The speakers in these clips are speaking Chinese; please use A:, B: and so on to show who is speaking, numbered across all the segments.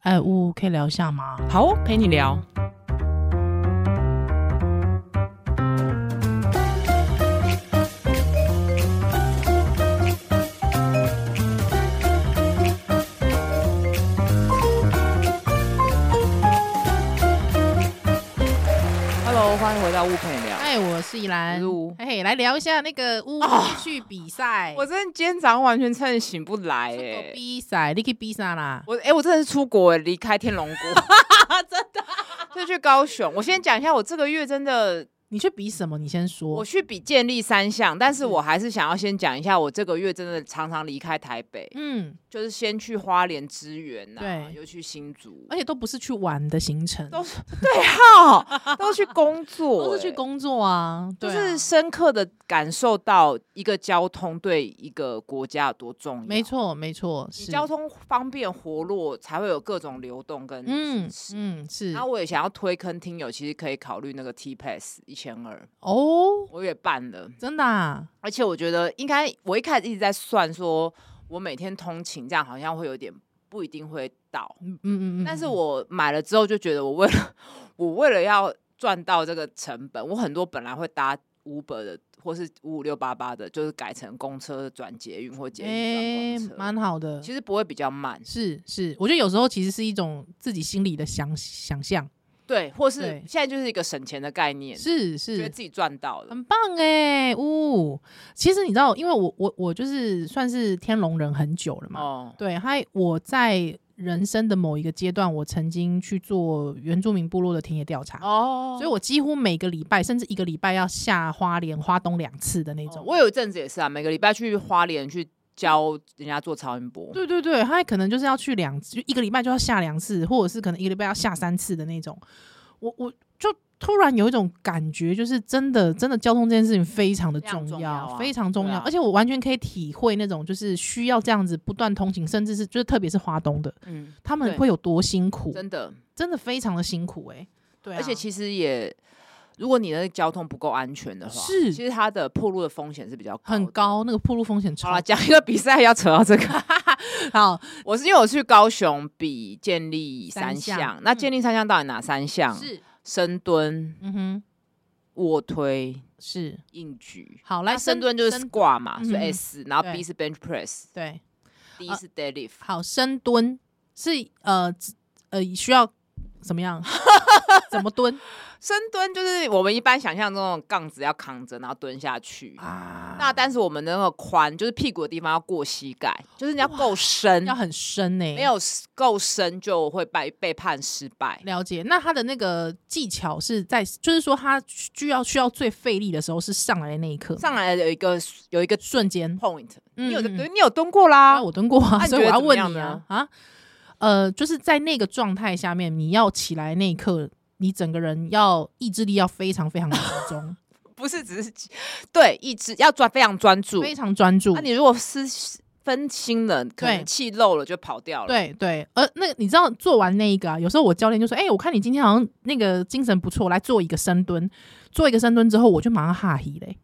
A: 哎，呜，可以聊一下吗？
B: 好哦，陪你聊。Hello，欢迎回到屋陪你聊。
A: 哎，我是依兰
B: 我是呜，啊
A: 嘿嘿，来聊一下那个乌地区比赛，
B: 我真的今天早上完全趁醒不来
A: 出国
B: 哎、
A: 比赛，你可以比啥啦？
B: 我哎、我真的是出国、离开天龙 国，真的，就去高雄。我先讲一下，我这个月真的
A: 你去比什么？你先
B: 我
A: 说。
B: 去比建立三项，但
A: 嗯
B: 是我还是想要先讲一下，我这个月真的常常离开台北，
A: 嗯，
B: 就是先去花莲支援呐、
A: 对
B: 又去新 竹，
A: 而且都不是去玩的行程，
B: 都是对哈，都去 工作、
A: 都是去
B: 欸。
A: 工作啊，
B: 就
A: 对啊
B: 是深刻的感受到一个交通对一个国家有多重要，
A: 没。错没错，
B: 啊你
A: 是
B: 交通方便活络，才会有各种流动跟
A: 嗯
B: 支持。
A: 嗯是
B: 然啊后我也想要推坑听友，其实可以考虑那个 T Pass 一千二，
A: 哦，
B: 我也办了。
A: 真的啊，
B: 而且我觉得应该，我一开始一直在算说，我每天通勤这样好像会有点不一定会到，
A: 嗯嗯嗯嗯，
B: 但是我买了之后就觉得，我为了我为了要赚到这个成本，我很多本来会搭 Uber 的或是五五六八八的，就是改成公车转捷运或捷
A: 哎
B: 运转公车，
A: 蛮好的，
B: 其实不会比较慢，
A: 是是，我觉得有时候其实是一种自己心里的想想象，
B: 对，或是
A: 对
B: 现在就是一个省钱的概念，
A: 是
B: 觉得
A: 是，
B: 自己赚到了，
A: 很棒哎、呜、其实你知道，因为我我我就是算是天龙人很久了嘛，
B: 哦，
A: 对，还我在人生的某一个阶段，我曾经去做原住民部落的田野调查。
B: 哦，
A: 所以，我几乎每个礼拜，甚至一个礼拜要下花莲、花东两次的那种。
B: 我有一阵子也是啊，每个礼拜去花莲去教人家做超音波。
A: 对对对，他可能就是要去两次，就一个礼拜就要下两次，或者是可能一个礼拜要下三次的那种。我我就突然有一种感觉，就是真的真的交通这件事情非常的
B: 非常
A: 重要，
B: 重要啊
A: 非常重
B: 对
A: 要，
B: 啊
A: 而且我完全可以体会那种就是需要这样子不断通勤，甚至是就是特别是华东的，
B: 嗯，
A: 他们
B: 对
A: 会有多辛苦，真
B: 真
A: 的
B: 的，
A: 非常的辛苦哎、对啊、
B: 而且其实也，如果你的交通不够安全的话，
A: 是
B: 其实它的破路的风险是比较高
A: 很
B: 的。
A: 高，那个铺路风险超
B: 好了，讲一个比赛要扯到这个，
A: 好，
B: 我是因为我去高雄比建立三
A: 三项嗯
B: 项，那建立三项到底哪三项？
A: 是
B: 深蹲、
A: 嗯哼
B: 卧推、
A: 是
B: 硬举。
A: 好
B: 那
A: 来
B: 深蹲就是
A: 深
B: squat 嘛，
A: 嗯
B: 所以
A: 哼
B: S，然后
A: 对
B: B 是 bench press，D
A: 对啊
B: 是 deadlift。
A: 好，深蹲是呃只呃需要怎么样？ 怎么蹲
B: 深蹲就是我们一般想象中的杠子要扛着，然后蹲下去。
A: 啊
B: 那但是我们的那个宽，就是屁股的地方要过膝盖，就是你要够深
A: 要，很深欸呢、
B: 没有够深就会被被判失败。
A: 了解。那他的那个技巧是在，就是说他需要需要最费力的时候是上来的那一刻，
B: 上来有一个有一个
A: 瞬间。
B: point，
A: 嗯
B: 你有
A: 嗯嗯
B: 你有蹲过啦
A: 啊，，我蹲过啊，
B: 那你
A: 所以我
B: 觉得
A: 要
B: 怎么
A: 问
B: 样
A: 你啊
B: 呢
A: 啊，呃，就是在那个状态下面，你要起来那一刻，你整个人要意志力要非常非常集中，
B: 不是只是对一直要专非常专注。啊
A: 非常专注。
B: 那、你如果是分心了，可
A: 对
B: 能气漏了就跑掉了。，
A: 对对，而那个你知道做完那一个啊，有时候我教练就说：“哎、我看你今天好像那个精神不错，来做一个深蹲。”做一个深蹲之后，我就马上哈嘿嘞，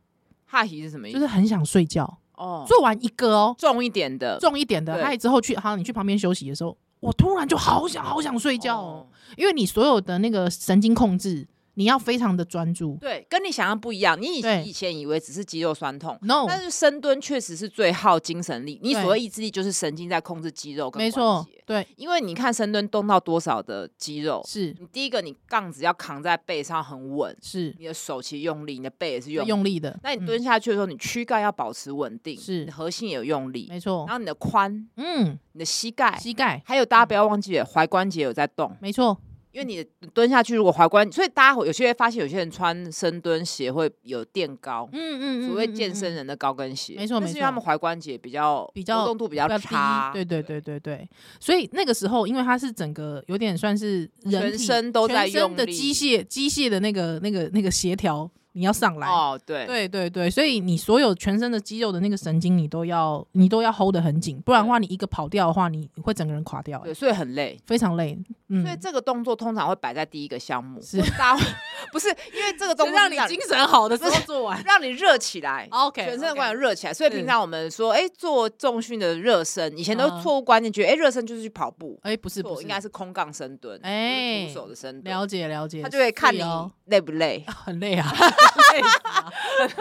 B: 哈皮是什么意
A: 就
B: 思？
A: 是很想睡觉。
B: 哦，
A: 做完一个哦，
B: 重一点的
A: 重一点的，
B: 对
A: 嗨之后去，好，你去旁边休息的时候，我突然就好想好想睡觉哦，
B: 哦
A: 因为你所有的那个神经控制，你要非常的专注。
B: 对，跟你想象不一样。你以
A: 对
B: 以前以为只是肌肉酸痛，
A: No，
B: 但是深蹲确实是最耗精神力。你
A: 哦对
B: 所谓意志力，就是神经在控制肌肉跟
A: 没
B: 关
A: 错
B: 节。，
A: 对，
B: 因为你看深蹲动到多少的肌肉，
A: 是
B: 你第一个你杠子要扛在背上很稳，
A: 是
B: 你的手其实用力，你的背也是用力。
A: 用力的。
B: 那你
A: 嗯
B: 蹲下去的时候，你躯干要保持稳定，
A: 是
B: 你的核心也有用力，
A: 没错
B: 然，后你的髋、
A: 嗯，
B: 你的膝盖，
A: 膝盖
B: 还有大家不要忘记了踝关节有在动，
A: 没错，
B: 因为你的你蹲下去如果踝关，所以大家会有些人发现有些人穿深蹲鞋会有垫高。
A: 嗯嗯嗯，
B: 所谓
A: 嗯
B: 健
A: 嗯
B: 身人的高跟鞋，
A: 没错
B: 那
A: 没
B: 是因为他
A: 错
B: 们踝关节比较
A: 比较
B: 活动度比较
A: 比较低
B: 差，
A: 对对对对对，所以那个时候，因为它是整个有点算是人
B: 全
A: 体
B: 身都
A: 全
B: 在
A: 身
B: 用
A: 的
B: 力
A: 机械机械的那个那个那个协调，你要上来。
B: 哦，对
A: 对对对，所以你所有全身的肌肉的那个神经，你都要你都要 hold 得很紧，不然的话，你一个跑掉的话，你会整个人垮掉、欸
B: 对所以很累。
A: 非常累。嗯
B: 所以这个动作通常会摆在第一个项目，
A: 是
B: 或大家会不是因为这个
A: 就
B: 动作
A: 让
B: 是
A: 你精神好的时候做 完。
B: 让你热起来。
A: OK，
B: 全身的关节热起来，所以
A: 是
B: 平常我们说，哎，做重训的热身，以前都
A: 嗯
B: 错误观念，觉得哎，热身就是去跑步，
A: 哎，不是不
B: 错
A: 是，
B: 应该是空杠深蹲，
A: 哎
B: 哎，徒手的深蹲，
A: 了解了解，
B: 他就会看
A: 是
B: 你
A: 哦
B: 累不累，
A: 很累啊， 累死啊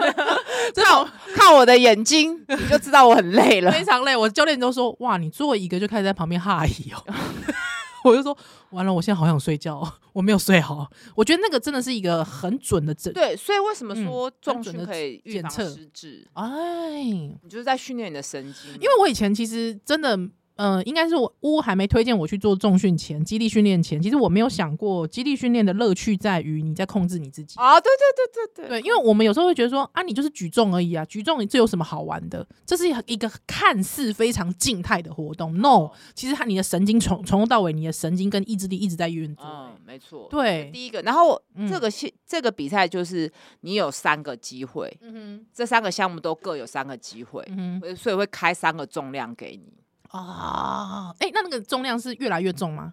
A: 这种
B: 看我的眼睛，你就知道我很累了。
A: 非常累。我教练都说：“哇，你做一个就开始在旁边哈伊哦。” 我就说：“完了，我现在好想睡觉哦，我没有睡好。”我觉得那个真的是一个很准的诊。
B: 对，所以为什么
A: 嗯
B: 说
A: 很
B: 重
A: 准
B: 训
A: 的
B: 可以预
A: 检
B: 防
A: 测
B: 失智？
A: 哎，因
B: 你就是在训练你的神经，因
A: 为我以前其实真的，呃，应该是我乌还没推荐我去做重训前、激励训练前，其实我没有想过激励训练的乐趣在于你在控制你自己。
B: 啊，对对对
A: 对，
B: 对
A: 因为我们有时候会觉得说啊，你就是举重而已啊，举重这有什么好玩的？这是一个看似非常静态的活动。No，其实
B: 哦
A: 它你的神经从从头到尾，你的神经跟意志力一直在运作。欸
B: 嗯，没错，
A: 对，
B: 第一个，然后
A: 嗯
B: 这个系这个比赛就是你有三个机会，
A: 嗯
B: 这三个项目都各有三个机会
A: 哼，，嗯
B: 会所以会开三个重量给你。
A: 哼，啊，哎、那那个重量是越来越重吗？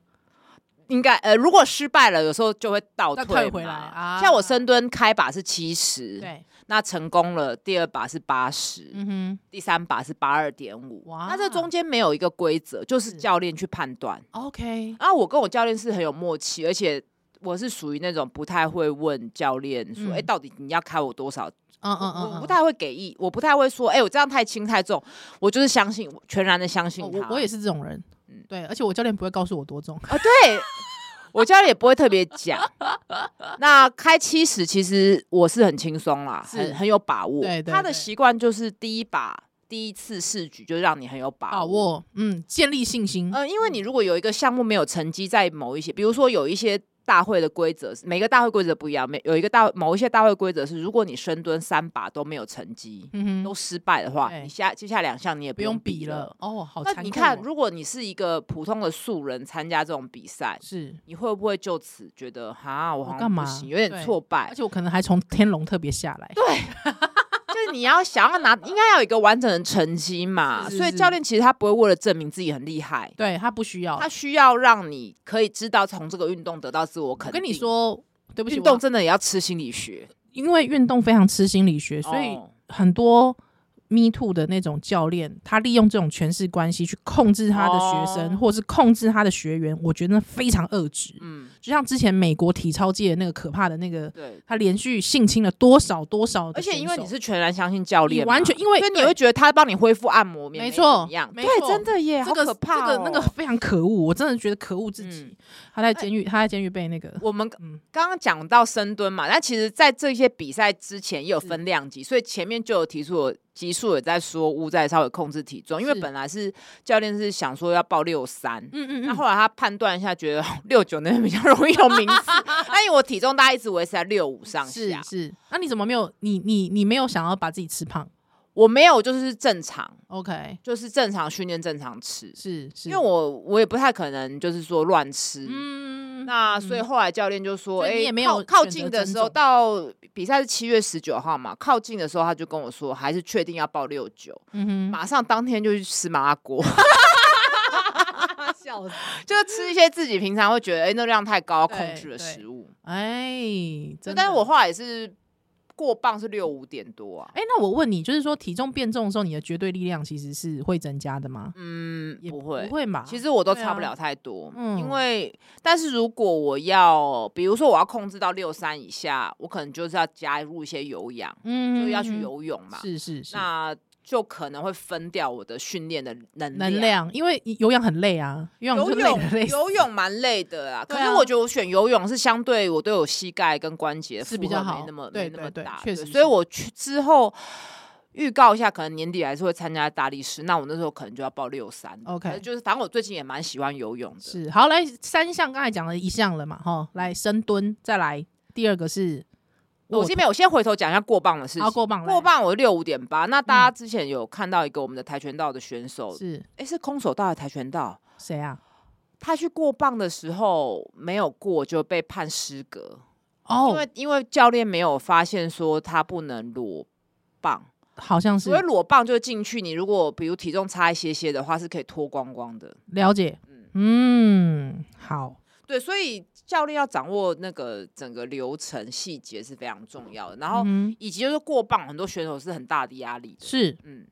B: 应该呃，如果失败了，有时候就会倒
A: 再
B: 退
A: 退回
B: 嘛
A: 来啊
B: 像我深蹲开把是七十，
A: 对，
B: 那成功了，第二把是八十、
A: 嗯
B: 第三把是八二点五。
A: 哇
B: 那这中间没有一个规则，就是
A: 是
B: 教练去判断。
A: 哼，OK，
B: 然后啊我跟我教练是很有默契，而且我是属于那种不太会问教练说，
A: 嗯
B: 哎、到底你要开我多少？
A: 嗯嗯
B: 我
A: 嗯，
B: 我
A: 嗯
B: 不太会给意，我不太会说，哎、我这样太轻太重。我就是相信，我全然的相信
A: 哦
B: 他。
A: 我我也是这种人
B: 嗯。
A: 对，而且我教练不会告诉我多重。
B: 哦，对。我教练也不会特别讲，那开七十其实我是很轻松啦，
A: 是
B: 很很有把握。
A: 对对
B: 他的
A: 对
B: 习惯就是第一把第一次试举就让你很有把
A: 把
B: 握。
A: 握，嗯，建立信心。
B: 呃，因为你如果有一个项目没有成绩在某一些，比如说有一些大会的规则，每个大会规则不一样，每有一个大某一些大会规则是，如果你深蹲三把都没有成绩，
A: 嗯
B: 都
A: 哼，
B: 失败的话，
A: 对
B: 你下接下来两项你也
A: 不
B: 不
A: 用
B: 用
A: 比
B: 了
A: 了。。哦，好
B: 那
A: 残
B: 你
A: 酷
B: 看，
A: 哦
B: 如果你是一个普通的素人参加这种比赛，
A: 是，
B: 你会不会就此觉得哈，我好像
A: 干嘛
B: 不行，有点
A: 对
B: 挫败
A: 而？ 且我可能还从天龙特别下来。
B: 就是你要想要拿，应该要有一个完整的成绩嘛。
A: 是是
B: 所以
A: 是
B: 教练其实他不会为了证明自己很厉害，
A: 对他不需要，
B: 他需要让你可以知道从这个运动得到自我肯
A: 我
B: 定。
A: 跟你，说，对不起，
B: 运
A: 我
B: 动真的也要吃心理学，
A: 因为运动非常吃心理学，所以
B: 哦
A: 很多 Me Too 的那种教练，他利用这种权势关系去控制他的学生，
B: 哦
A: 或是控制他的学员，我觉得非常恶质。
B: 嗯，
A: 就像之前美国体操界的那个可怕的那个，
B: 对。
A: 他连续性侵了多少多少的
B: 而
A: 选手，
B: 且因为你是全然相信教
A: 你
B: 练嘛，
A: 完全因为
B: 所以你
A: 对
B: 会觉得他帮你恢复按摩，也
A: 没
B: 怎么
A: 错
B: 样，
A: 没
B: 对，
A: 错
B: 真的耶，
A: 这个、
B: 好可怕
A: 这个那个
B: 哦
A: 非常可恶，我真的觉得可恶至极。
B: 嗯
A: 他在监狱，他在监狱被那个
B: 我们
A: 嗯
B: 刚刚讲到深蹲嘛，那其实，在这些比赛之前也有分量级，所以前面就有提出我级数也在说乌在稍微控制体重，因为
A: 是
B: 本来是教练是想说要报六三。
A: 嗯嗯
B: 那
A: 嗯，
B: 后来他判断一下，觉得 六九那边比较容易有名 次，但因为我体重大概一直维持在六五上
A: 是
B: 下，
A: 是，那你怎么没有你你你没有想要把自己吃胖
B: 我没有就是正常，
A: ？OK，
B: 就是正常训练、正常吃，
A: 是是，
B: 因为我我也不太可能就是说乱吃，
A: 嗯，
B: 那所以后来教练就说：“
A: 所以
B: 哎、
A: 你也没有
B: 靠靠
A: 选择
B: 近的
A: 增
B: 时候，
A: 重
B: 到比赛是七月十九号嘛，靠近的时候他就跟我说，还是确定要报六九，
A: 嗯
B: 马上当天就去吃麻辣锅，
A: 哼， 笑死，
B: 就是吃一些自己平常会觉得哎、那量太高要控
A: 对
B: 制的
A: 对
B: 食物。
A: 哎，
B: 就
A: 真
B: 但是
A: 的
B: 我后来也是过磅是六五点多啊，
A: 哎，那我问你，就是说体重变重的时候，你的绝对力量其实是会增加的吗？
B: 嗯，
A: 也
B: 不
A: 不
B: 会。”
A: 会嘛？
B: 其实我都
A: 对
B: 差不
A: 啊
B: 了太多，
A: 嗯
B: 因为但是如果我要，比如说我要控制到六三以下，我可能就是要加入一些有氧，
A: 嗯，嗯，
B: 就要去
A: 嗯，
B: 游泳嘛。
A: 是是是，
B: 那就可能会分掉我的训练的能
A: 能量，因为你有氧很累啊，有氧
B: 啊游
A: 是累
B: 泳
A: 的累死，
B: 游泳蛮累的啦，
A: 对
B: 可
A: 啊
B: 是我觉得我选游泳是相对我对我膝盖跟关节
A: 是
B: 负
A: 比
B: 荷
A: 较
B: 没
A: 好
B: 那么
A: 对
B: 没那么
A: 对对
B: 大，
A: 确
B: 对
A: 实
B: 所
A: 是
B: 以我去之后预告一下，可能年底还是会参加大力士，那我那时候可能就要报六三
A: 哦
B: 呃
A: OK
B: 就是反正我最近也蛮喜欢游泳的，
A: 是好来三项，刚才讲了一项了嘛，哈，来深蹲，再来第二个是
B: 我这边我先回头讲一下过磅的事
A: 啊
B: 情。
A: 过磅来嗯
B: 过磅我六五点八，那大家之前有看到一个我们的跆拳道的选手，
A: 是
B: 哎、是空手道还是跆拳道？
A: 谁啊？
B: 他去过磅的时候没有过，就被判失格，因
A: 哦，
B: 为因为教练没有发现说他不能裸磅。
A: 好像是
B: 所谓裸磅就是进去，你如果比如体重差一些些的话，是可以脱光光的。
A: 了解
B: 嗯，
A: 嗯，好，
B: 对，所以教练要掌握那个整个流程细节是非常重要的，然后
A: 嗯哼，
B: 以及就是过磅，很多选手是很大的压力的。
A: 是
B: 嗯，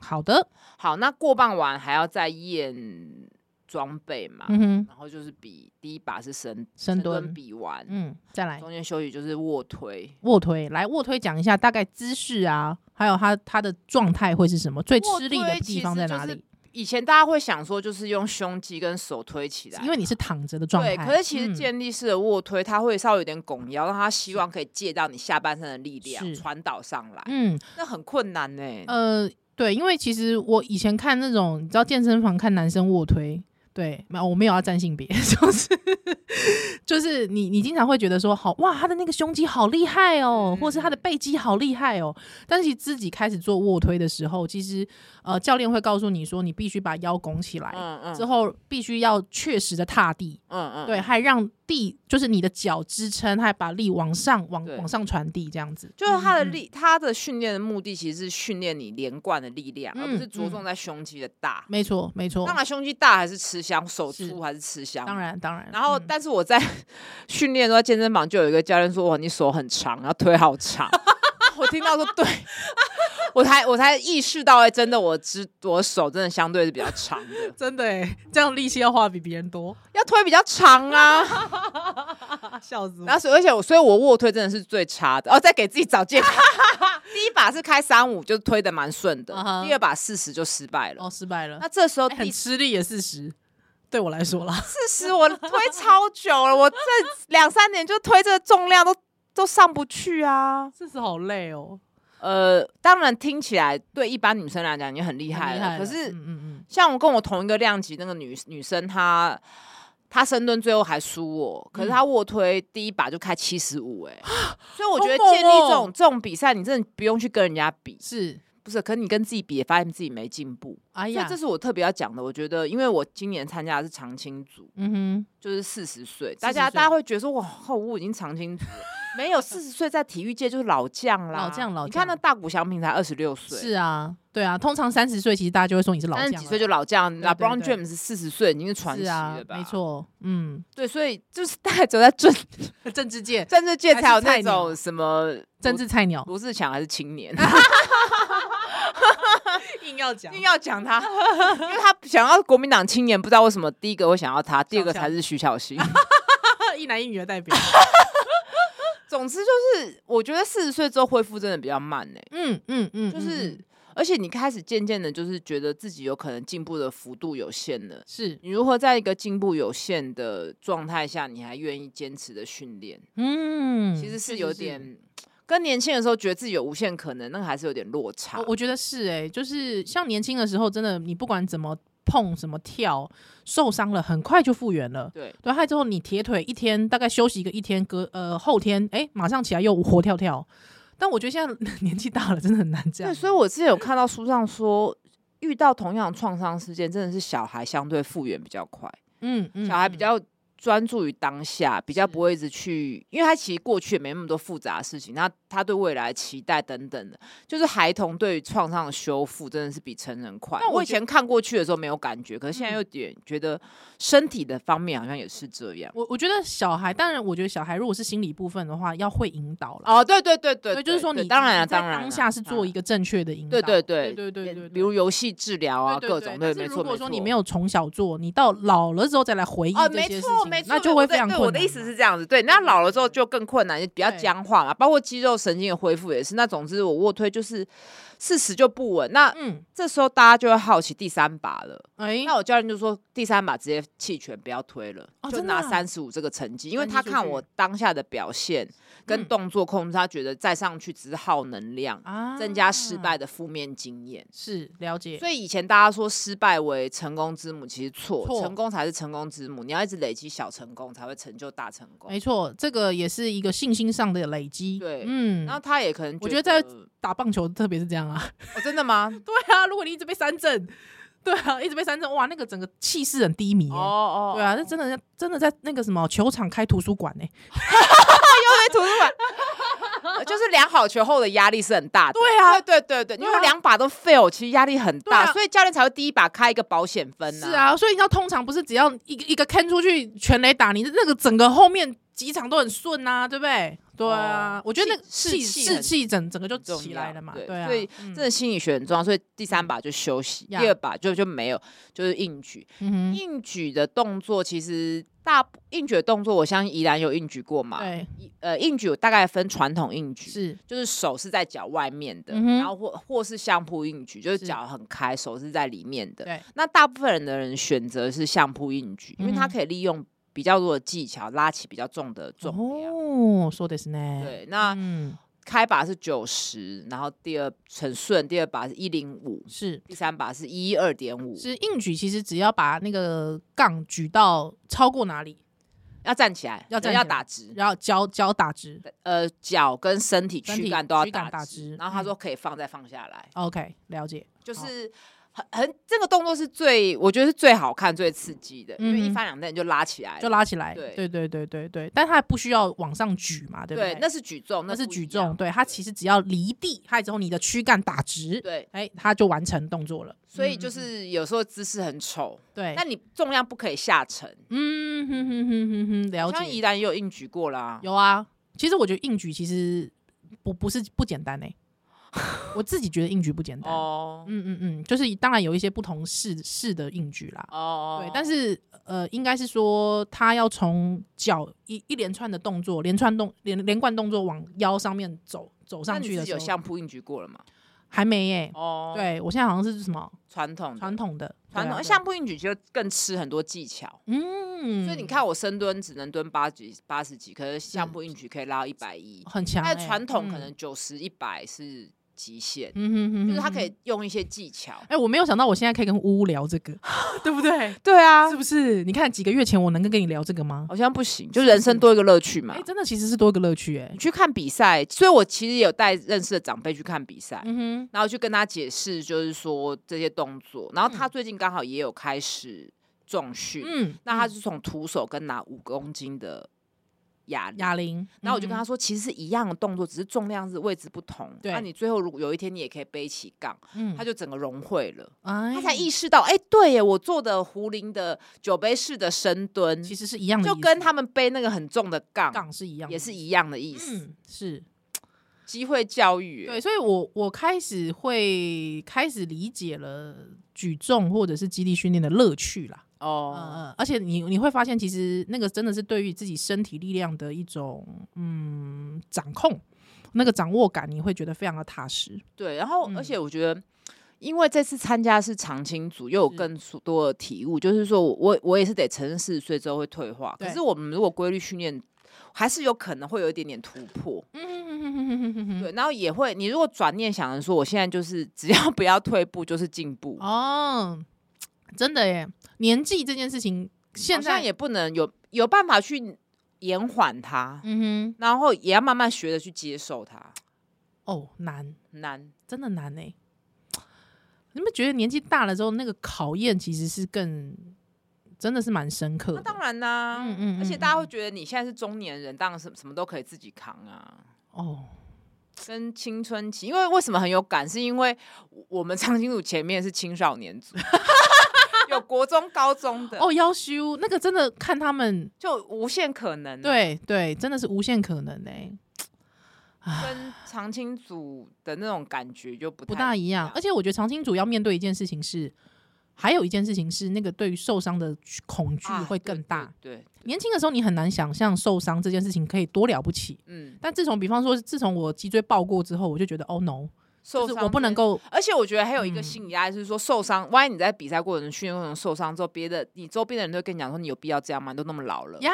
A: 好的，
B: 好，那过磅完还要再验装备嘛，
A: 嗯哼，
B: 然后就是比第一把是深
A: 深蹲
B: 蹲比完，
A: 嗯，再来
B: 中间休息就是卧推。
A: 卧推，来卧推讲一下大概姿势啊，还有它它的状态会是什么，最吃力
B: 卧
A: 的
B: 推
A: 地
B: 其
A: 方
B: 实
A: 在
B: 就
A: 哪
B: 是
A: 里？
B: 以前大家会想说，就是用胸肌跟手推起来，
A: 因为你是躺着的状态，
B: 对，可是其实
A: 嗯
B: 建立式的卧推，它会稍微有点拱腰，让它希望可以借到你下半身的力量
A: 是
B: 传导上来，
A: 嗯
B: 那很困难呢、
A: 呃，对，因为其实我以前看那种，你知道健身房看男生卧推，对，没有我没有要占性别， 就是就是你你经常会觉得说，好哇，他的那个胸肌好厉害哦，或是
B: 嗯
A: 他的背肌好厉害哦，但是自己开始做卧推的时候，其实呃教练会告诉你说，你必须把腰拱起来，
B: 嗯嗯
A: 之后必须要确实的踏地，
B: 嗯嗯，
A: 对，，还让地就是你的脚支撑，还把力往上往
B: 对
A: 往上传递，这样子，
B: 就是它的
A: 嗯嗯嗯
B: 力，它的训练的目的其实是训练你连贯的力量，而不是
A: 嗯
B: 着
A: 嗯
B: 重在胸肌的大。
A: 没错没错
B: 当，然，胸肌大还是吃香，手
A: 是
B: 粗还是吃香。
A: 当。然当然，
B: 然后，
A: 嗯
B: 但是我在 训练的时候，健身房就有一个教练说：“哇，你手很长，然后腿好长。” 我听到说对， 我才我才意识到，哎，真的，我知我手真的相对是比较长的，
A: 真的哎，这样力气要花比别人多，
B: 要推比较长啊。
A: 啊笑死
B: 然！后所以，而且我，所以我卧推真的是最差的。哦，再给自己找借口。 第一把是开三五，就推的蛮顺的
A: 嗯哼
B: 第二把四十就失败了。
A: 哦，失败了，
B: 那这时候
A: 哎很
B: 第
A: 吃力也事实，对我来说啦，
B: 四十我推超久了，我这两三年就推这个重量都都上不去啊。
A: 事实好累哦，
B: 呃，当然听起来对一般女生来讲已经很厉
A: 很
B: 害
A: 厉
B: 了，
A: 害了，
B: 可是
A: 嗯嗯嗯，
B: 像我跟我同一个量级那个女女生她。她深蹲最后还输
A: 嗯
B: 我，可是她卧推第一把就开七十五， 哎，所以我觉得
A: 好猛
B: 建立这
A: 哦
B: 种、这种比赛，你真的不用去跟人家比，
A: 是，
B: 不是？可是你跟自己比，也发现自己没进步，
A: 哎
B: 所以
A: 呀
B: 这，是我特别要讲的。我觉得，因为我今年参加的是长青组，
A: 嗯
B: 就是四十岁，
A: 40
B: 大家
A: 岁
B: 大家会觉得说哇，后我已经长青组了，没有四十岁在体育界就是老将啦，
A: 老将老
B: 你看
A: 将
B: 那大谷翔平才二十六
A: 哼，
B: 岁，
A: 是啊，对啊，通常三十岁其实大家就会说你是老
B: 三
A: 将
B: 十
A: 了，
B: 几岁就老将
A: 对
B: ，LeBron
A: 对
B: James 四十岁已经是传
A: 是
B: 奇
A: 啊
B: 了，吧？
A: 没，错，嗯，
B: 对，所以就是大家只有在政
A: 政治界
B: 政治界才有那
A: 还是菜鸟
B: 种什么
A: 政治菜鸟，
B: 罗志强还是 青年，
A: 硬要讲
B: 硬要讲 他，因为他想要国民党青年，不知道为什么第一个会想要他，第二个
A: 小
B: 才是徐小 新。
A: 一男一女的代表，
B: 总之就是，我觉得四十岁之后恢复真的比较慢呢、
A: 嗯嗯嗯，
B: 就
A: 嗯
B: 是
A: 嗯
B: 而且你开始渐渐的，就是觉得自己有可能进步的幅度有限了。
A: 是，
B: 你如何在一个进步有限的状态下，你还愿意坚持的训练？
A: 嗯，
B: 其实是有点
A: 是。
B: 跟年轻的时候觉得自己有无限可能，那个还是有点落差
A: 我。我觉得是哎、就是像年轻的时候，真的你不管怎么碰、怎么跳，受伤了很快就复原了。
B: 对，
A: 对，还有之后你铁腿一天，大概休息一个一天，隔呃后天哎、马上起来又活跳跳。但我觉得现在年纪大了，真的很难这样啊
B: 对，。所以我之前有看到书上说，遇到同样的创伤事件，真的是小孩相对复原比较快，
A: 嗯嗯
B: 小孩
A: 嗯
B: 比较专注于当下，比较
A: 是
B: 不会一直去，因为他其实过去也没那么多复杂的事情，那他对未来的期待等等的，就是孩童对于创伤的修复真的是比成人快
A: 但。我
B: 我以
A: 觉得
B: 前看过去的时候没有感觉，可是现在
A: 嗯
B: 有点觉得身体的方面好像也是这样。
A: 我我觉得小孩，当然我觉得小孩如果是心理部分的话，要会引导啦。
B: 哦，对对对对
A: 对，就是说
B: 对
A: 你
B: 当然啊
A: 你在
B: 当然啊
A: 当下是做一个正确的引导。
B: 对对
A: 对
B: 对
A: 对对对，
B: 比如游戏治疗啊，
A: 对
B: 各种
A: 对
B: 对，
A: 但是
B: 没错。
A: 如果
B: 没
A: 说
B: 错
A: 你没有从小做，你到老了之后再来回忆
B: 哦，
A: 这
B: 没
A: 些事
B: 错
A: 情，
B: 没错，
A: 那就会非常困难。啊
B: 对对
A: 嗯
B: 我的意思是这样子，对，那老了之后就更困难，就比较
A: 对
B: 僵化嘛，包括肌肉神经的恢复也是。那总之我卧推就是事实就不稳，那
A: 嗯，
B: 这时候大家就会好奇第三把了。
A: 哎、
B: 那我教练就说第三把直接弃权，不要推了，
A: 哦
B: 就
A: 真的
B: 拿
A: 啊
B: 三十五这个成绩，因为
A: 成绩
B: 他
A: 出
B: 看
A: 去
B: 我当下的表现跟
A: 嗯
B: 动作控制，他觉得再上去只是耗能量，
A: 啊
B: 增加失败的负面经验。
A: 是了解，
B: 所以以前大家说失败为成功之母，其实错，
A: 错
B: 成功才是成功之母。你要一直累积小成功，才会成就大成功
A: 没。错，这个也是一个信心上的累积。
B: 对
A: 嗯，
B: 然后他也可能
A: 我
B: 觉
A: 觉得在
B: 哦
A: 打棒球特别是这样啊。
B: 真的 吗？
A: 对啊，如果你一直被三振，对啊，一直被三振，哇，那个整个气势很低迷、
B: 哦
A: 欸。
B: 哦，
A: 对啊，那真的真的在那个什么球场开图书馆呢、
B: 对，图书馆。 就是量好球后的压力是很大的。
A: 对啊
B: 对对对，因
A: 对
B: 为
A: 啊
B: 两把都 fail，其实压力很
A: 对
B: 大，
A: 啊
B: 所以教练才会第一把开一个保险分呢。
A: 是，啊，所以你知道，通常不是只要一个一个看出去全垒打，你那个整个后面几场都很顺呐，对不对？对啊，
B: 哦
A: 我觉得那个
B: 士
A: 气
B: 气
A: 士
B: 很
A: 气整整个就
B: 重
A: 起
B: 要
A: 来了嘛，
B: 对
A: 对啊，
B: 所以
A: 嗯
B: 真的心理学很重要，所以第三把就休息，
A: 呀
B: 第二把就就没有，就是硬举。
A: 嗯哼
B: 硬举的动作其实大部硬举的动作，我相信宜兰有硬举过嘛？
A: 对
B: 一，呃，硬举有大概分传统硬举，
A: 是
B: 就是手是在脚外面的，
A: 嗯哼
B: 然后或或是相扑硬举，就是
A: 是
B: 脚很开，手是在里面的。
A: 对，
B: 那大部分人的人选择是相扑硬举，因为它
A: 嗯哼
B: 可以利用比较多的技巧拉起比较重的重量。
A: 哦，说的是呢，，
B: 对，那
A: 嗯，
B: 开把是九十，然后第二很顺，第二把是一零五，
A: 是
B: 第三把是一二点五，
A: 是硬举，其实只要把那个杠举到超过哪里，
B: 要站起来，
A: 要站
B: 要
A: 起来
B: 打直，
A: 然后脚脚打直
B: 呃，脚跟身体
A: 身
B: 躯
A: 体
B: 干都要
A: 躯干
B: 打
A: 打
B: 直。
A: 直
B: 然后他
A: 嗯
B: 说可以放再放下来，
A: ，OK，了解，
B: 就
A: 好
B: 是很很这个动作是最我觉得是最好看、最刺激的，因为一
A: 嗯哼
B: 翻两蹬就拉起来了，
A: 就拉起来，
B: 对
A: 对对对对对，但它不需要往上举嘛，对不
B: 对，那是举重，
A: 那是
B: 不
A: 举
B: 一样
A: 重，对它其实只要离地，还有之后你的躯干打直，
B: 对，
A: 哎，它就完成动作了。
B: 所以就
A: 嗯嗯
B: 是有时候姿势很丑，
A: 嗯对，
B: 那你重量不可以下沉。
A: 嗯哼哼哼哼哼，了
B: 像宜
A: 解。
B: 兰也有硬举过啦，
A: 有啊，其实我觉得硬举其实不不是不简单呢、欸 我自己觉得硬举不简单。
B: 哦
A: 嗯嗯嗯，就是当然有一些不同式式的硬举啦。
B: 哦，
A: 对，但是呃，应该是说他要从脚一一连串的动作，连串动连连贯动作往腰上面走走
B: 哦那
A: 上
B: 你
A: 去
B: 自
A: 的
B: 己
A: 时
B: 有
A: 候，
B: 相扑硬举过了吗？
A: 还没耶、
B: 哦，，
A: 对我现在好像是什么
B: 传统的
A: 传统的
B: 传
A: 对啊
B: 统
A: 对啊
B: 相扑硬举就更吃很多技巧。
A: 嗯，嗯
B: 所以你看，我深蹲只能蹲八几八十几，可是相扑硬举可以拉到一百一。
A: 很强、欸，
B: 但传统可
A: 嗯
B: 能九十一百是极限，
A: 嗯哼哼，
B: 就是它可
A: 哼
B: 以。用一些技巧。
A: 哎、我没有想到我现在可以跟呜呜聊这个， 对不对？
B: 对啊
A: 是，不是？你看几个月前我能够跟你聊这个吗？
B: 好像不行，就人生多一个乐趣嘛
A: 哎、。真的其实是多一个乐趣、哎
B: 你，去看比赛，所以我其实也有带认识的长辈去看比赛，
A: 嗯
B: 然后去跟他解释，就是说这些动作。然后他最近刚好也有开始重
A: 哼，
B: 训，
A: 嗯，
B: 那他是从徒手跟拿五公斤的哑铃。
A: 哑铃，
B: 然后我就跟他
A: 嗯
B: 说，其实是一样的动作，只是重量是位置不同。那
A: 对
B: 你最后如果有一天你也可以背起杠，
A: 嗯，
B: 他就整个融会了。
A: 哎
B: 他才意识到，哎、对耶，我做的壶铃的酒杯式的深蹲，
A: 其实是一样的意
B: 就
A: 思，
B: 跟他们背那个很重的杠
A: 杠是一样的，
B: 也是一样的意思。
A: 嗯，是
B: 机、会教育，
A: 对，，所嗯以我我开始会开始理解了举重或者是肌力训练的乐趣啦。
B: 哦，
A: 嗯嗯，而且你你会发现，其实那个真的是对于自己身体力量的一种嗯掌控，那个掌握感，你会觉得非常的踏实。
B: 对。然后，
A: 嗯
B: 而且我觉得。因为这次参加是长青组，又有
A: 是
B: 更多的体悟，就是说我我我也是得承认四十岁之后会退化，可
A: 对
B: 是我们如果规律训练，还是有可能会有一点点突破。
A: 嗯
B: 对，然后也会，你如果转念想着说，我现在就是只要 不要退步就是进步，
A: 哦，真的耶，年纪这件事情现
B: 好像
A: 在
B: 也不能有有办法去延缓它，
A: 嗯哼
B: 然后也要慢慢学着去接受它，
A: 哦难，
B: 很难。
A: 真的难哎。你们觉得年纪大了之后，那个考验其实是更真的是蛮深刻
B: 那
A: 的？
B: 当然啦，
A: 嗯嗯
B: 而且
A: 嗯
B: 大家会
A: 嗯
B: 觉得你现在是中年人，当然什什么都可以自己扛啊。
A: 哦，
B: 跟青春期，因为为什么很有感，是因为我们长青组前面是青少年组， 有国中、高中的，
A: 哦，要修那个真的看他们，
B: 就无限可能、，啊
A: 对啊对，真的是无限可能哎。
B: 跟长青组的那种感觉就不
A: 不
B: 太
A: 大一样。而且我觉得长青组要面对一件事情是，还有一件事情是那个对于受伤的恐惧
B: 啊
A: 会
B: 对
A: 更大。
B: 对，对
A: 年轻的时候你很难想象受伤这件事情可以多了不起，
B: 嗯，
A: 但自从比方说自从我脊椎爆过之后，我就觉得哦 no，
B: 受
A: 就是
B: 伤
A: 我不能
B: 这件事。
A: 够
B: 而且我觉得还有一个
A: 嗯
B: 心理压力，就是说受伤，万一你在比赛过程、训练过程中受伤之后，别的你周边的人都会跟你讲说，你有必要这样吗？你都那么老了。
A: 呀，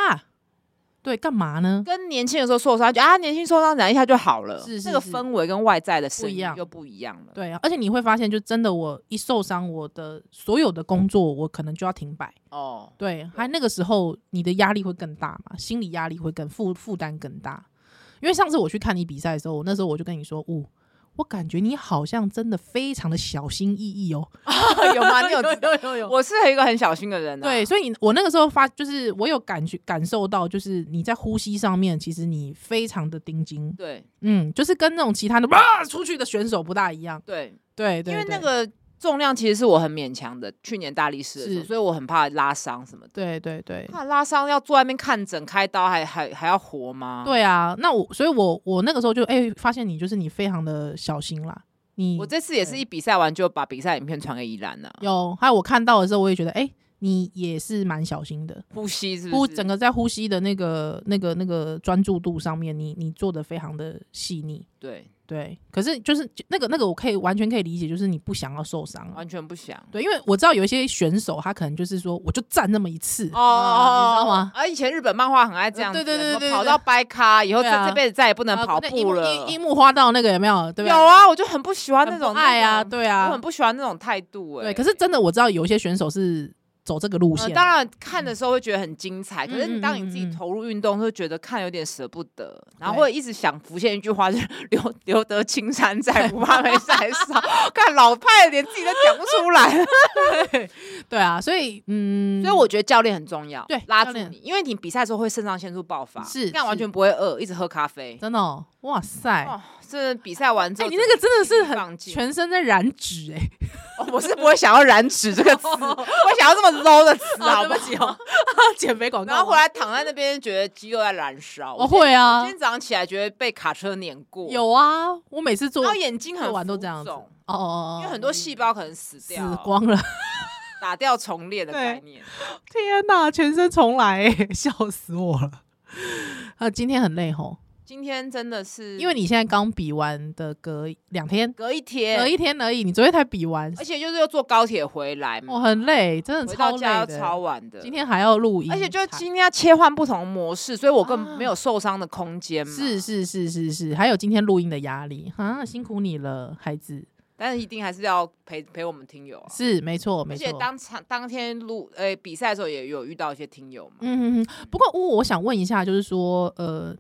A: 对，干嘛呢？
B: 跟年轻的时候受伤，就啊，年轻受伤忍一下就好了，
A: 是是
B: 那个
A: 是
B: 氛围跟外在的声
A: 一
B: 音
A: 样
B: 又不一样了。
A: 对啊，而且你会发现，就真的我一受伤，我的所有的工作我可能就要停摆。
B: 哦，
A: 对，还那个时候你的压力会更大嘛，心理压力会更负负担更大。因为上次我去看你比赛的时候，我那时候我就跟你说，呜、哦我感觉你好像真的非常的小心翼翼 哦。
B: 有吗？你有？
A: 有有有。
B: 我是一个很小心的人、啊，
A: 对，所以你我那个时候发，就是我有感觉感受到，就是你在呼吸上面，其实你非常的盯紧，
B: 对
A: 嗯，就是跟那种其他的哇出去的选手不大一样。
B: 对，
A: 对对，
B: 因为那
A: 对
B: 个重量其实是我很勉强的，去年大力士的时候，
A: 是
B: 所以我很怕拉伤什么的。
A: 对对对
B: 怕拉伤要坐在那边看诊开刀还，还还要活吗？，
A: 对啊，那我所以我我那个时候就哎、发现你就是你非常的小心啦，你
B: 我这次也是一比赛完就把比赛影片传给依兰了、
A: 有还有我看到的时候，我也觉得哎、你也是蛮小心的，
B: 呼吸是不
A: 呼
B: 是？
A: 整个在呼吸的那个那个那个专注度上面，你你做的非常的细腻。
B: 对，
A: 对，可是就是那个那个，我可以完全可以理解，就是你不想要受伤啊、
B: 完全不想。
A: 对，因为我知道有一些选手，他可能就是说，我就站那么一次，
B: 哦哦，
A: 啊你知道吗？呃
B: 而以前日本漫画很爱这样子，
A: 对对对
B: 什么
A: 对对
B: 跑到掰咖，以后这
A: 对啊
B: 这辈子再也不能
A: 啊
B: 跑
A: 那樱
B: 步
A: 木
B: 了。
A: 樱樱木花道那个有没有？对不对？
B: 有啊，我就很不喜欢那
A: 很不
B: 种
A: 爱啊，
B: 那种
A: 对
B: 我
A: 啊
B: 很，不喜欢那种态度、欸。
A: 对。可是真的，我知道有一些选手是走这个路
B: 呃
A: 线的，嗯
B: 当然看的时候会觉得很精彩，可是
A: 嗯嗯
B: 你当你
A: 嗯
B: 自己
A: 嗯
B: 投入运动，会觉得看有点舍不得，然后
A: 对
B: 会一直想浮现一句话，就是 “留留得青山在，不怕没柴烧”。 看老派的连自己都讲不出来，
A: 对啊，所以嗯，
B: 所以我觉得教练很重要，
A: 对
B: 拉
A: 教
B: 住
A: 练
B: 你，因为你比赛的时候会肾上腺素爆发，
A: 是
B: 那完
A: 是
B: 全不会饿，一直喝咖啡。
A: 真的哦、哇塞，
B: 哦，这比赛完之
A: 哎、
B: 后，
A: 你那个真的是
B: 放
A: 很
B: 弃
A: 全身在染 指哎、
B: 哦我是不会想要染指这个 词，我想要这么 low 的词，好不好？
A: 哦， 减肥广告，
B: 然后回，来躺在那边，觉得肌肉在燃烧。
A: 我
B: 今天
A: 会啊
B: 今，天早上起来觉得被卡车碾过，，
A: 有啊，我每次做
B: 然后
A: 哦
B: 眼睛很
A: 做完都
B: 浮
A: 这样子
B: 肿
A: 哦哦，
B: 因为
A: 哦
B: 很多细胞可能死
A: 死
B: 掉，
A: 光了，
B: 打掉重练的概念。
A: 天哪，全身重来、欸， 笑死我了。 啊，今天很累吼，
B: 今天真的是，
A: 因为你现在刚比完的隔两天，
B: 隔一天，
A: 隔一天而已，你昨天才比完，
B: 而且就是又坐高铁回来
A: 我、
B: 嘛，
A: 很累， 真的
B: 回
A: 超
B: 到
A: 累
B: 家要
A: 的。
B: 超晚的。
A: 今天还要录音，
B: 而且就今天要切换不同模式，所以我根本
A: 啊
B: 没有受伤的空间嘛。
A: 是，是是是是，还有今天录音的压力啊，辛苦你了，孩子。
B: 但是一定还是要陪陪我们听友啊。
A: 是没错
B: 而
A: 没错
B: 且。当场当天录呃、比赛的时候也有遇到一些听友嘛，
A: 嗯，嗯嗯不过呜，我想问一下，就是说，呃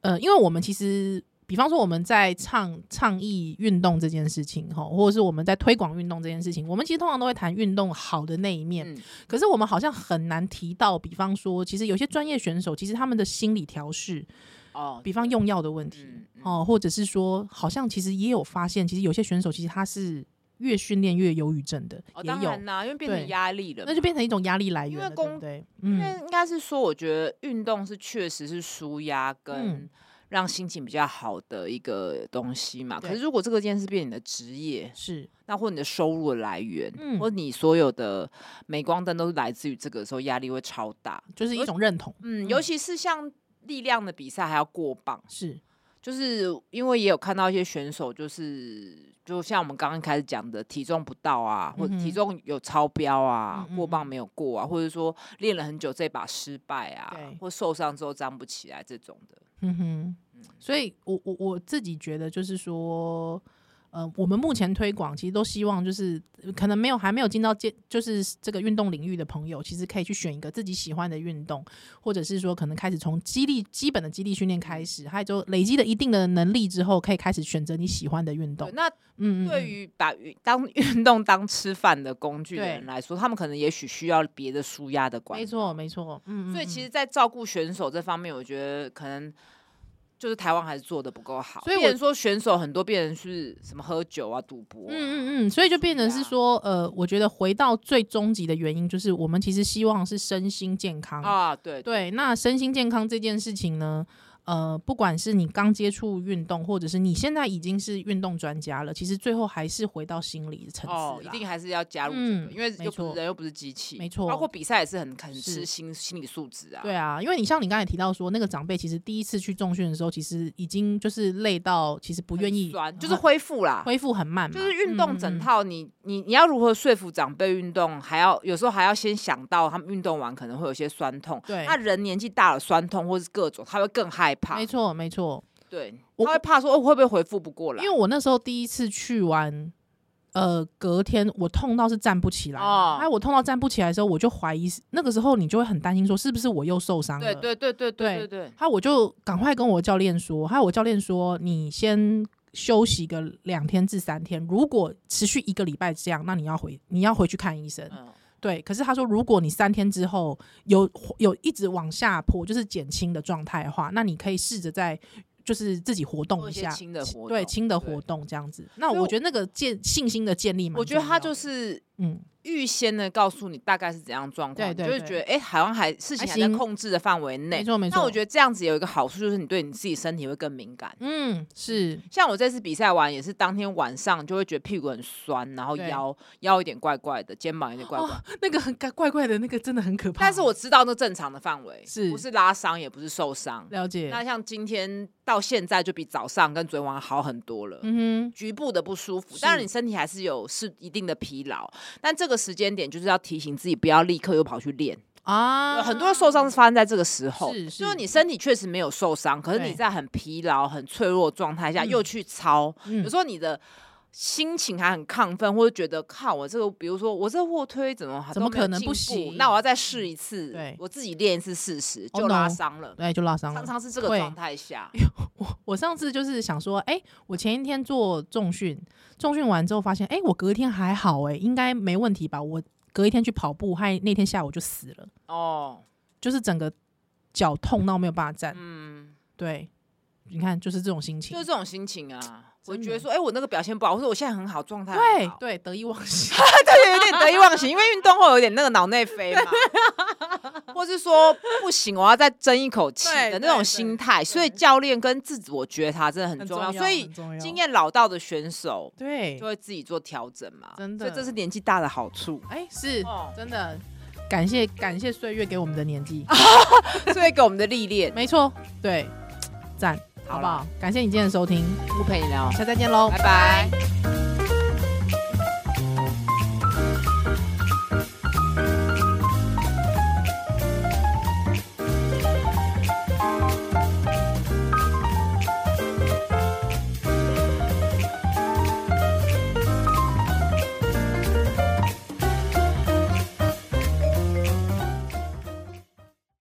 A: 呃，因为我们其实，比方说我们在倡倡议运动这件事情哈，或者是我们在推广运动这件事情，我们其实通常都会谈运动好的那一面，
B: 嗯，
A: 可是我们好像很难提到，比方说，其实有些专业选手，其实他们的心理调试，
B: 哦，
A: 比方用药的问题
B: 嗯嗯
A: 哦，或者是说，好像其实也有发现，其实有些选手其实他是越训练越忧郁症的，
B: 哦，
A: 也
B: 当
A: 有。
B: 然啦，因为变成
A: 对
B: 压力了嘛，
A: 那就变成一种压力来源
B: 因为
A: 了，对
B: 工
A: 不对？嗯
B: 因为，应该是说，我觉得运动是确实是舒压跟
A: 嗯
B: 让心情比较好的一个东西嘛。可
A: 对
B: 是如果这个件事变成你的职业，
A: 是
B: 那或你的收入的来源，
A: 嗯
B: 或你所有的镁光灯都是来自于这个的时候，压力会超大。
A: 就是一种认同，
B: 嗯，尤其是像力量的比赛还要过磅，
A: 是
B: 就是因为也有看到一些选手，就是就像我们刚刚开始讲的，体重不到啊，或者
A: 嗯
B: 体
A: 哼
B: 重有超标啊，
A: 嗯嗯
B: 过磅
A: 嗯
B: 没有过啊，或者说练了很久这一把失败啊
A: 对，
B: 或受伤之后站不起来这种的。
A: 嗯哼。所以我我我自己觉得就是说，呃，我们目前推广其实都希望就是呃可能没有还没有进到健就是这个运动领域的朋友，其实可以去选一个自己喜欢的运动，或者是说可能开始从激励基本的激励训练开始，还有就累积了一定的能力之后，可以开始选择你喜欢的运动
B: 对，。那
A: 嗯，嗯
B: 对
A: 嗯
B: 于把运当运动当吃饭的工具的
A: 对
B: 人来说，他们可能也许需要别的舒压的管
A: 没错没错，嗯，嗯
B: 所以其
A: 嗯
B: 实，在照顾选手这方面，我觉得可能就是台湾还是做的不够好。
A: 所以
B: 变
A: 我
B: 成说选手很多变成是什么喝酒啊、赌博啊、
A: 嗯嗯嗯，所以就变成
B: 是
A: 是
B: 啊
A: 说，呃，我觉得回到最终极的原因，就是我们其实希望是身心健康。
B: 啊，对
A: 对，那身心健康这件事情呢，呃，不管是你刚接触运动，或者是你现在已经是运动专家了，其实最后还是回到心理的层次、
B: 哦，一定。还是要加入这个，
A: 嗯
B: 因为
A: 没
B: 又不是
A: 错
B: 人又不是机器，
A: 没错
B: 包括比赛也是很很
A: 是
B: 吃心心理素质啊。
A: 对啊，因为你像你刚才提到说，那个长辈其实第一次去重训的时候，其实已经就是累到，其实不
B: 很
A: 愿意，
B: 酸就是恢复啦，
A: 恢复很慢嘛，
B: 就是运动整
A: 嗯嗯嗯
B: 套你，你你要如何说服长辈运动，还要有时候还要先想到他们运动完可能会有些酸痛，
A: 对
B: 那人年纪大了酸痛或是各种，他会更害怕
A: 没，错没错。
B: 对，
A: 我
B: 他会怕说哦会不会恢复不过来，
A: 因为我那时候第一次去完，呃，隔天我痛到是站不起来，
B: 哦
A: 哎、我痛到站不起来的时候，我就怀疑是那个时候你就会很担心说是不是我又受伤了？
B: 对对对对对对对，
A: 还有我就赶快跟我教练说，还有我教练说，你先休息个两天至三天。如果持续一个礼拜这样，那你要回你要回去看医生。
B: 嗯
A: 对，可是他说，如果你三天之后有有一直往下坡，就是减轻的状态的话，那你可以试着在就是自己活动
B: 做一些
A: 下，
B: 轻的活
A: 对
B: 动
A: 轻的
B: 对
A: 活动这样子。那
B: 所以
A: 我
B: 我
A: 觉得那个建信心的建立蛮重要的，
B: 我觉得他就是
A: 嗯，
B: 预先的告诉你大概是怎样状况，
A: 对
B: 你
A: 对
B: 就是
A: 对
B: 觉得哎、诶好像还事情
A: 还
B: 还在
A: 行
B: 控制的范围内
A: 没。错没错。
B: 那我觉得这样子有一个好处，就是你对你自己身体会更敏感。
A: 嗯 是
B: 像我这次比赛完也是当天晚上就会觉得屁股很酸，然后
A: 对
B: 腰腰有点怪怪的，肩膀有点怪怪。
A: 哦，那个很怪怪怪的那个真的很可怕。
B: 但是我知道那正常的范围，
A: 是
B: 不是拉伤也不是受伤。
A: 了解，
B: 那像今天到现在就比早上跟昨天晚上好很多了。
A: 嗯哼，
B: 局部的不舒服
A: 是，
B: 当然你身体还是有是一定的疲劳，但这个时间点就是要提醒自己不要立刻又跑去练。
A: 啊，
B: 有很多的受伤是发生在这个时候，
A: 是是
B: 就是你身体确实没有受伤，可是
A: 对
B: 你在很疲劳、很脆弱的状态下
A: 嗯
B: 又去操，
A: 嗯
B: 有时候你的。心情还很亢奋，或者觉得靠我这个，比如说我这卧推怎么
A: 怎么
B: 都没有
A: 可能
B: 进
A: 不
B: 步
A: 行嗯
B: 那我要再试一次，
A: 对
B: 我自己练一次试试，
A: Oh
B: 就拉
A: no
B: 伤了。
A: 对就拉伤了
B: 常。常是这个
A: 会
B: 状态下，
A: 我我上次就是想说，哎、我前一天做重训，重训完之后发现，哎、我隔一天还好、哎，应该没问题吧？我隔一天去跑步，还那天下午就死了，
B: 哦，
A: 就是整个脚痛到没有办法站。
B: 嗯，
A: 对，你看，就是这种心情
B: 就是。这种心情啊。我
A: 真
B: 觉
A: 的
B: 得说，哎、我那个表现不好，或者我现在很好，状态很
A: 对
B: 好
A: 对，得意忘形。
B: 对，有点得意忘形，因为运动后有点那个脑内飞 嘛，或是说不行，我要再争一口气
A: 对
B: 的
A: 对
B: 那种
A: 对
B: 心态。所以
A: 对
B: 教练跟自我觉察真的很重要，所以
A: 很重要
B: 经验老道的选手
A: 对
B: 就，会自己做调整嘛，
A: 真的。
B: 所以这是年纪大的好处
A: 哎、是、
B: 哦
A: 真的，感谢感谢岁月给我们的年纪，
B: 这会给我们的历练。
A: 没错，对，赞，好
B: 好
A: 不
B: 啦
A: 好？感谢你今天的收听，
B: 不陪你聊，
A: 下次再见喽，
B: 拜拜。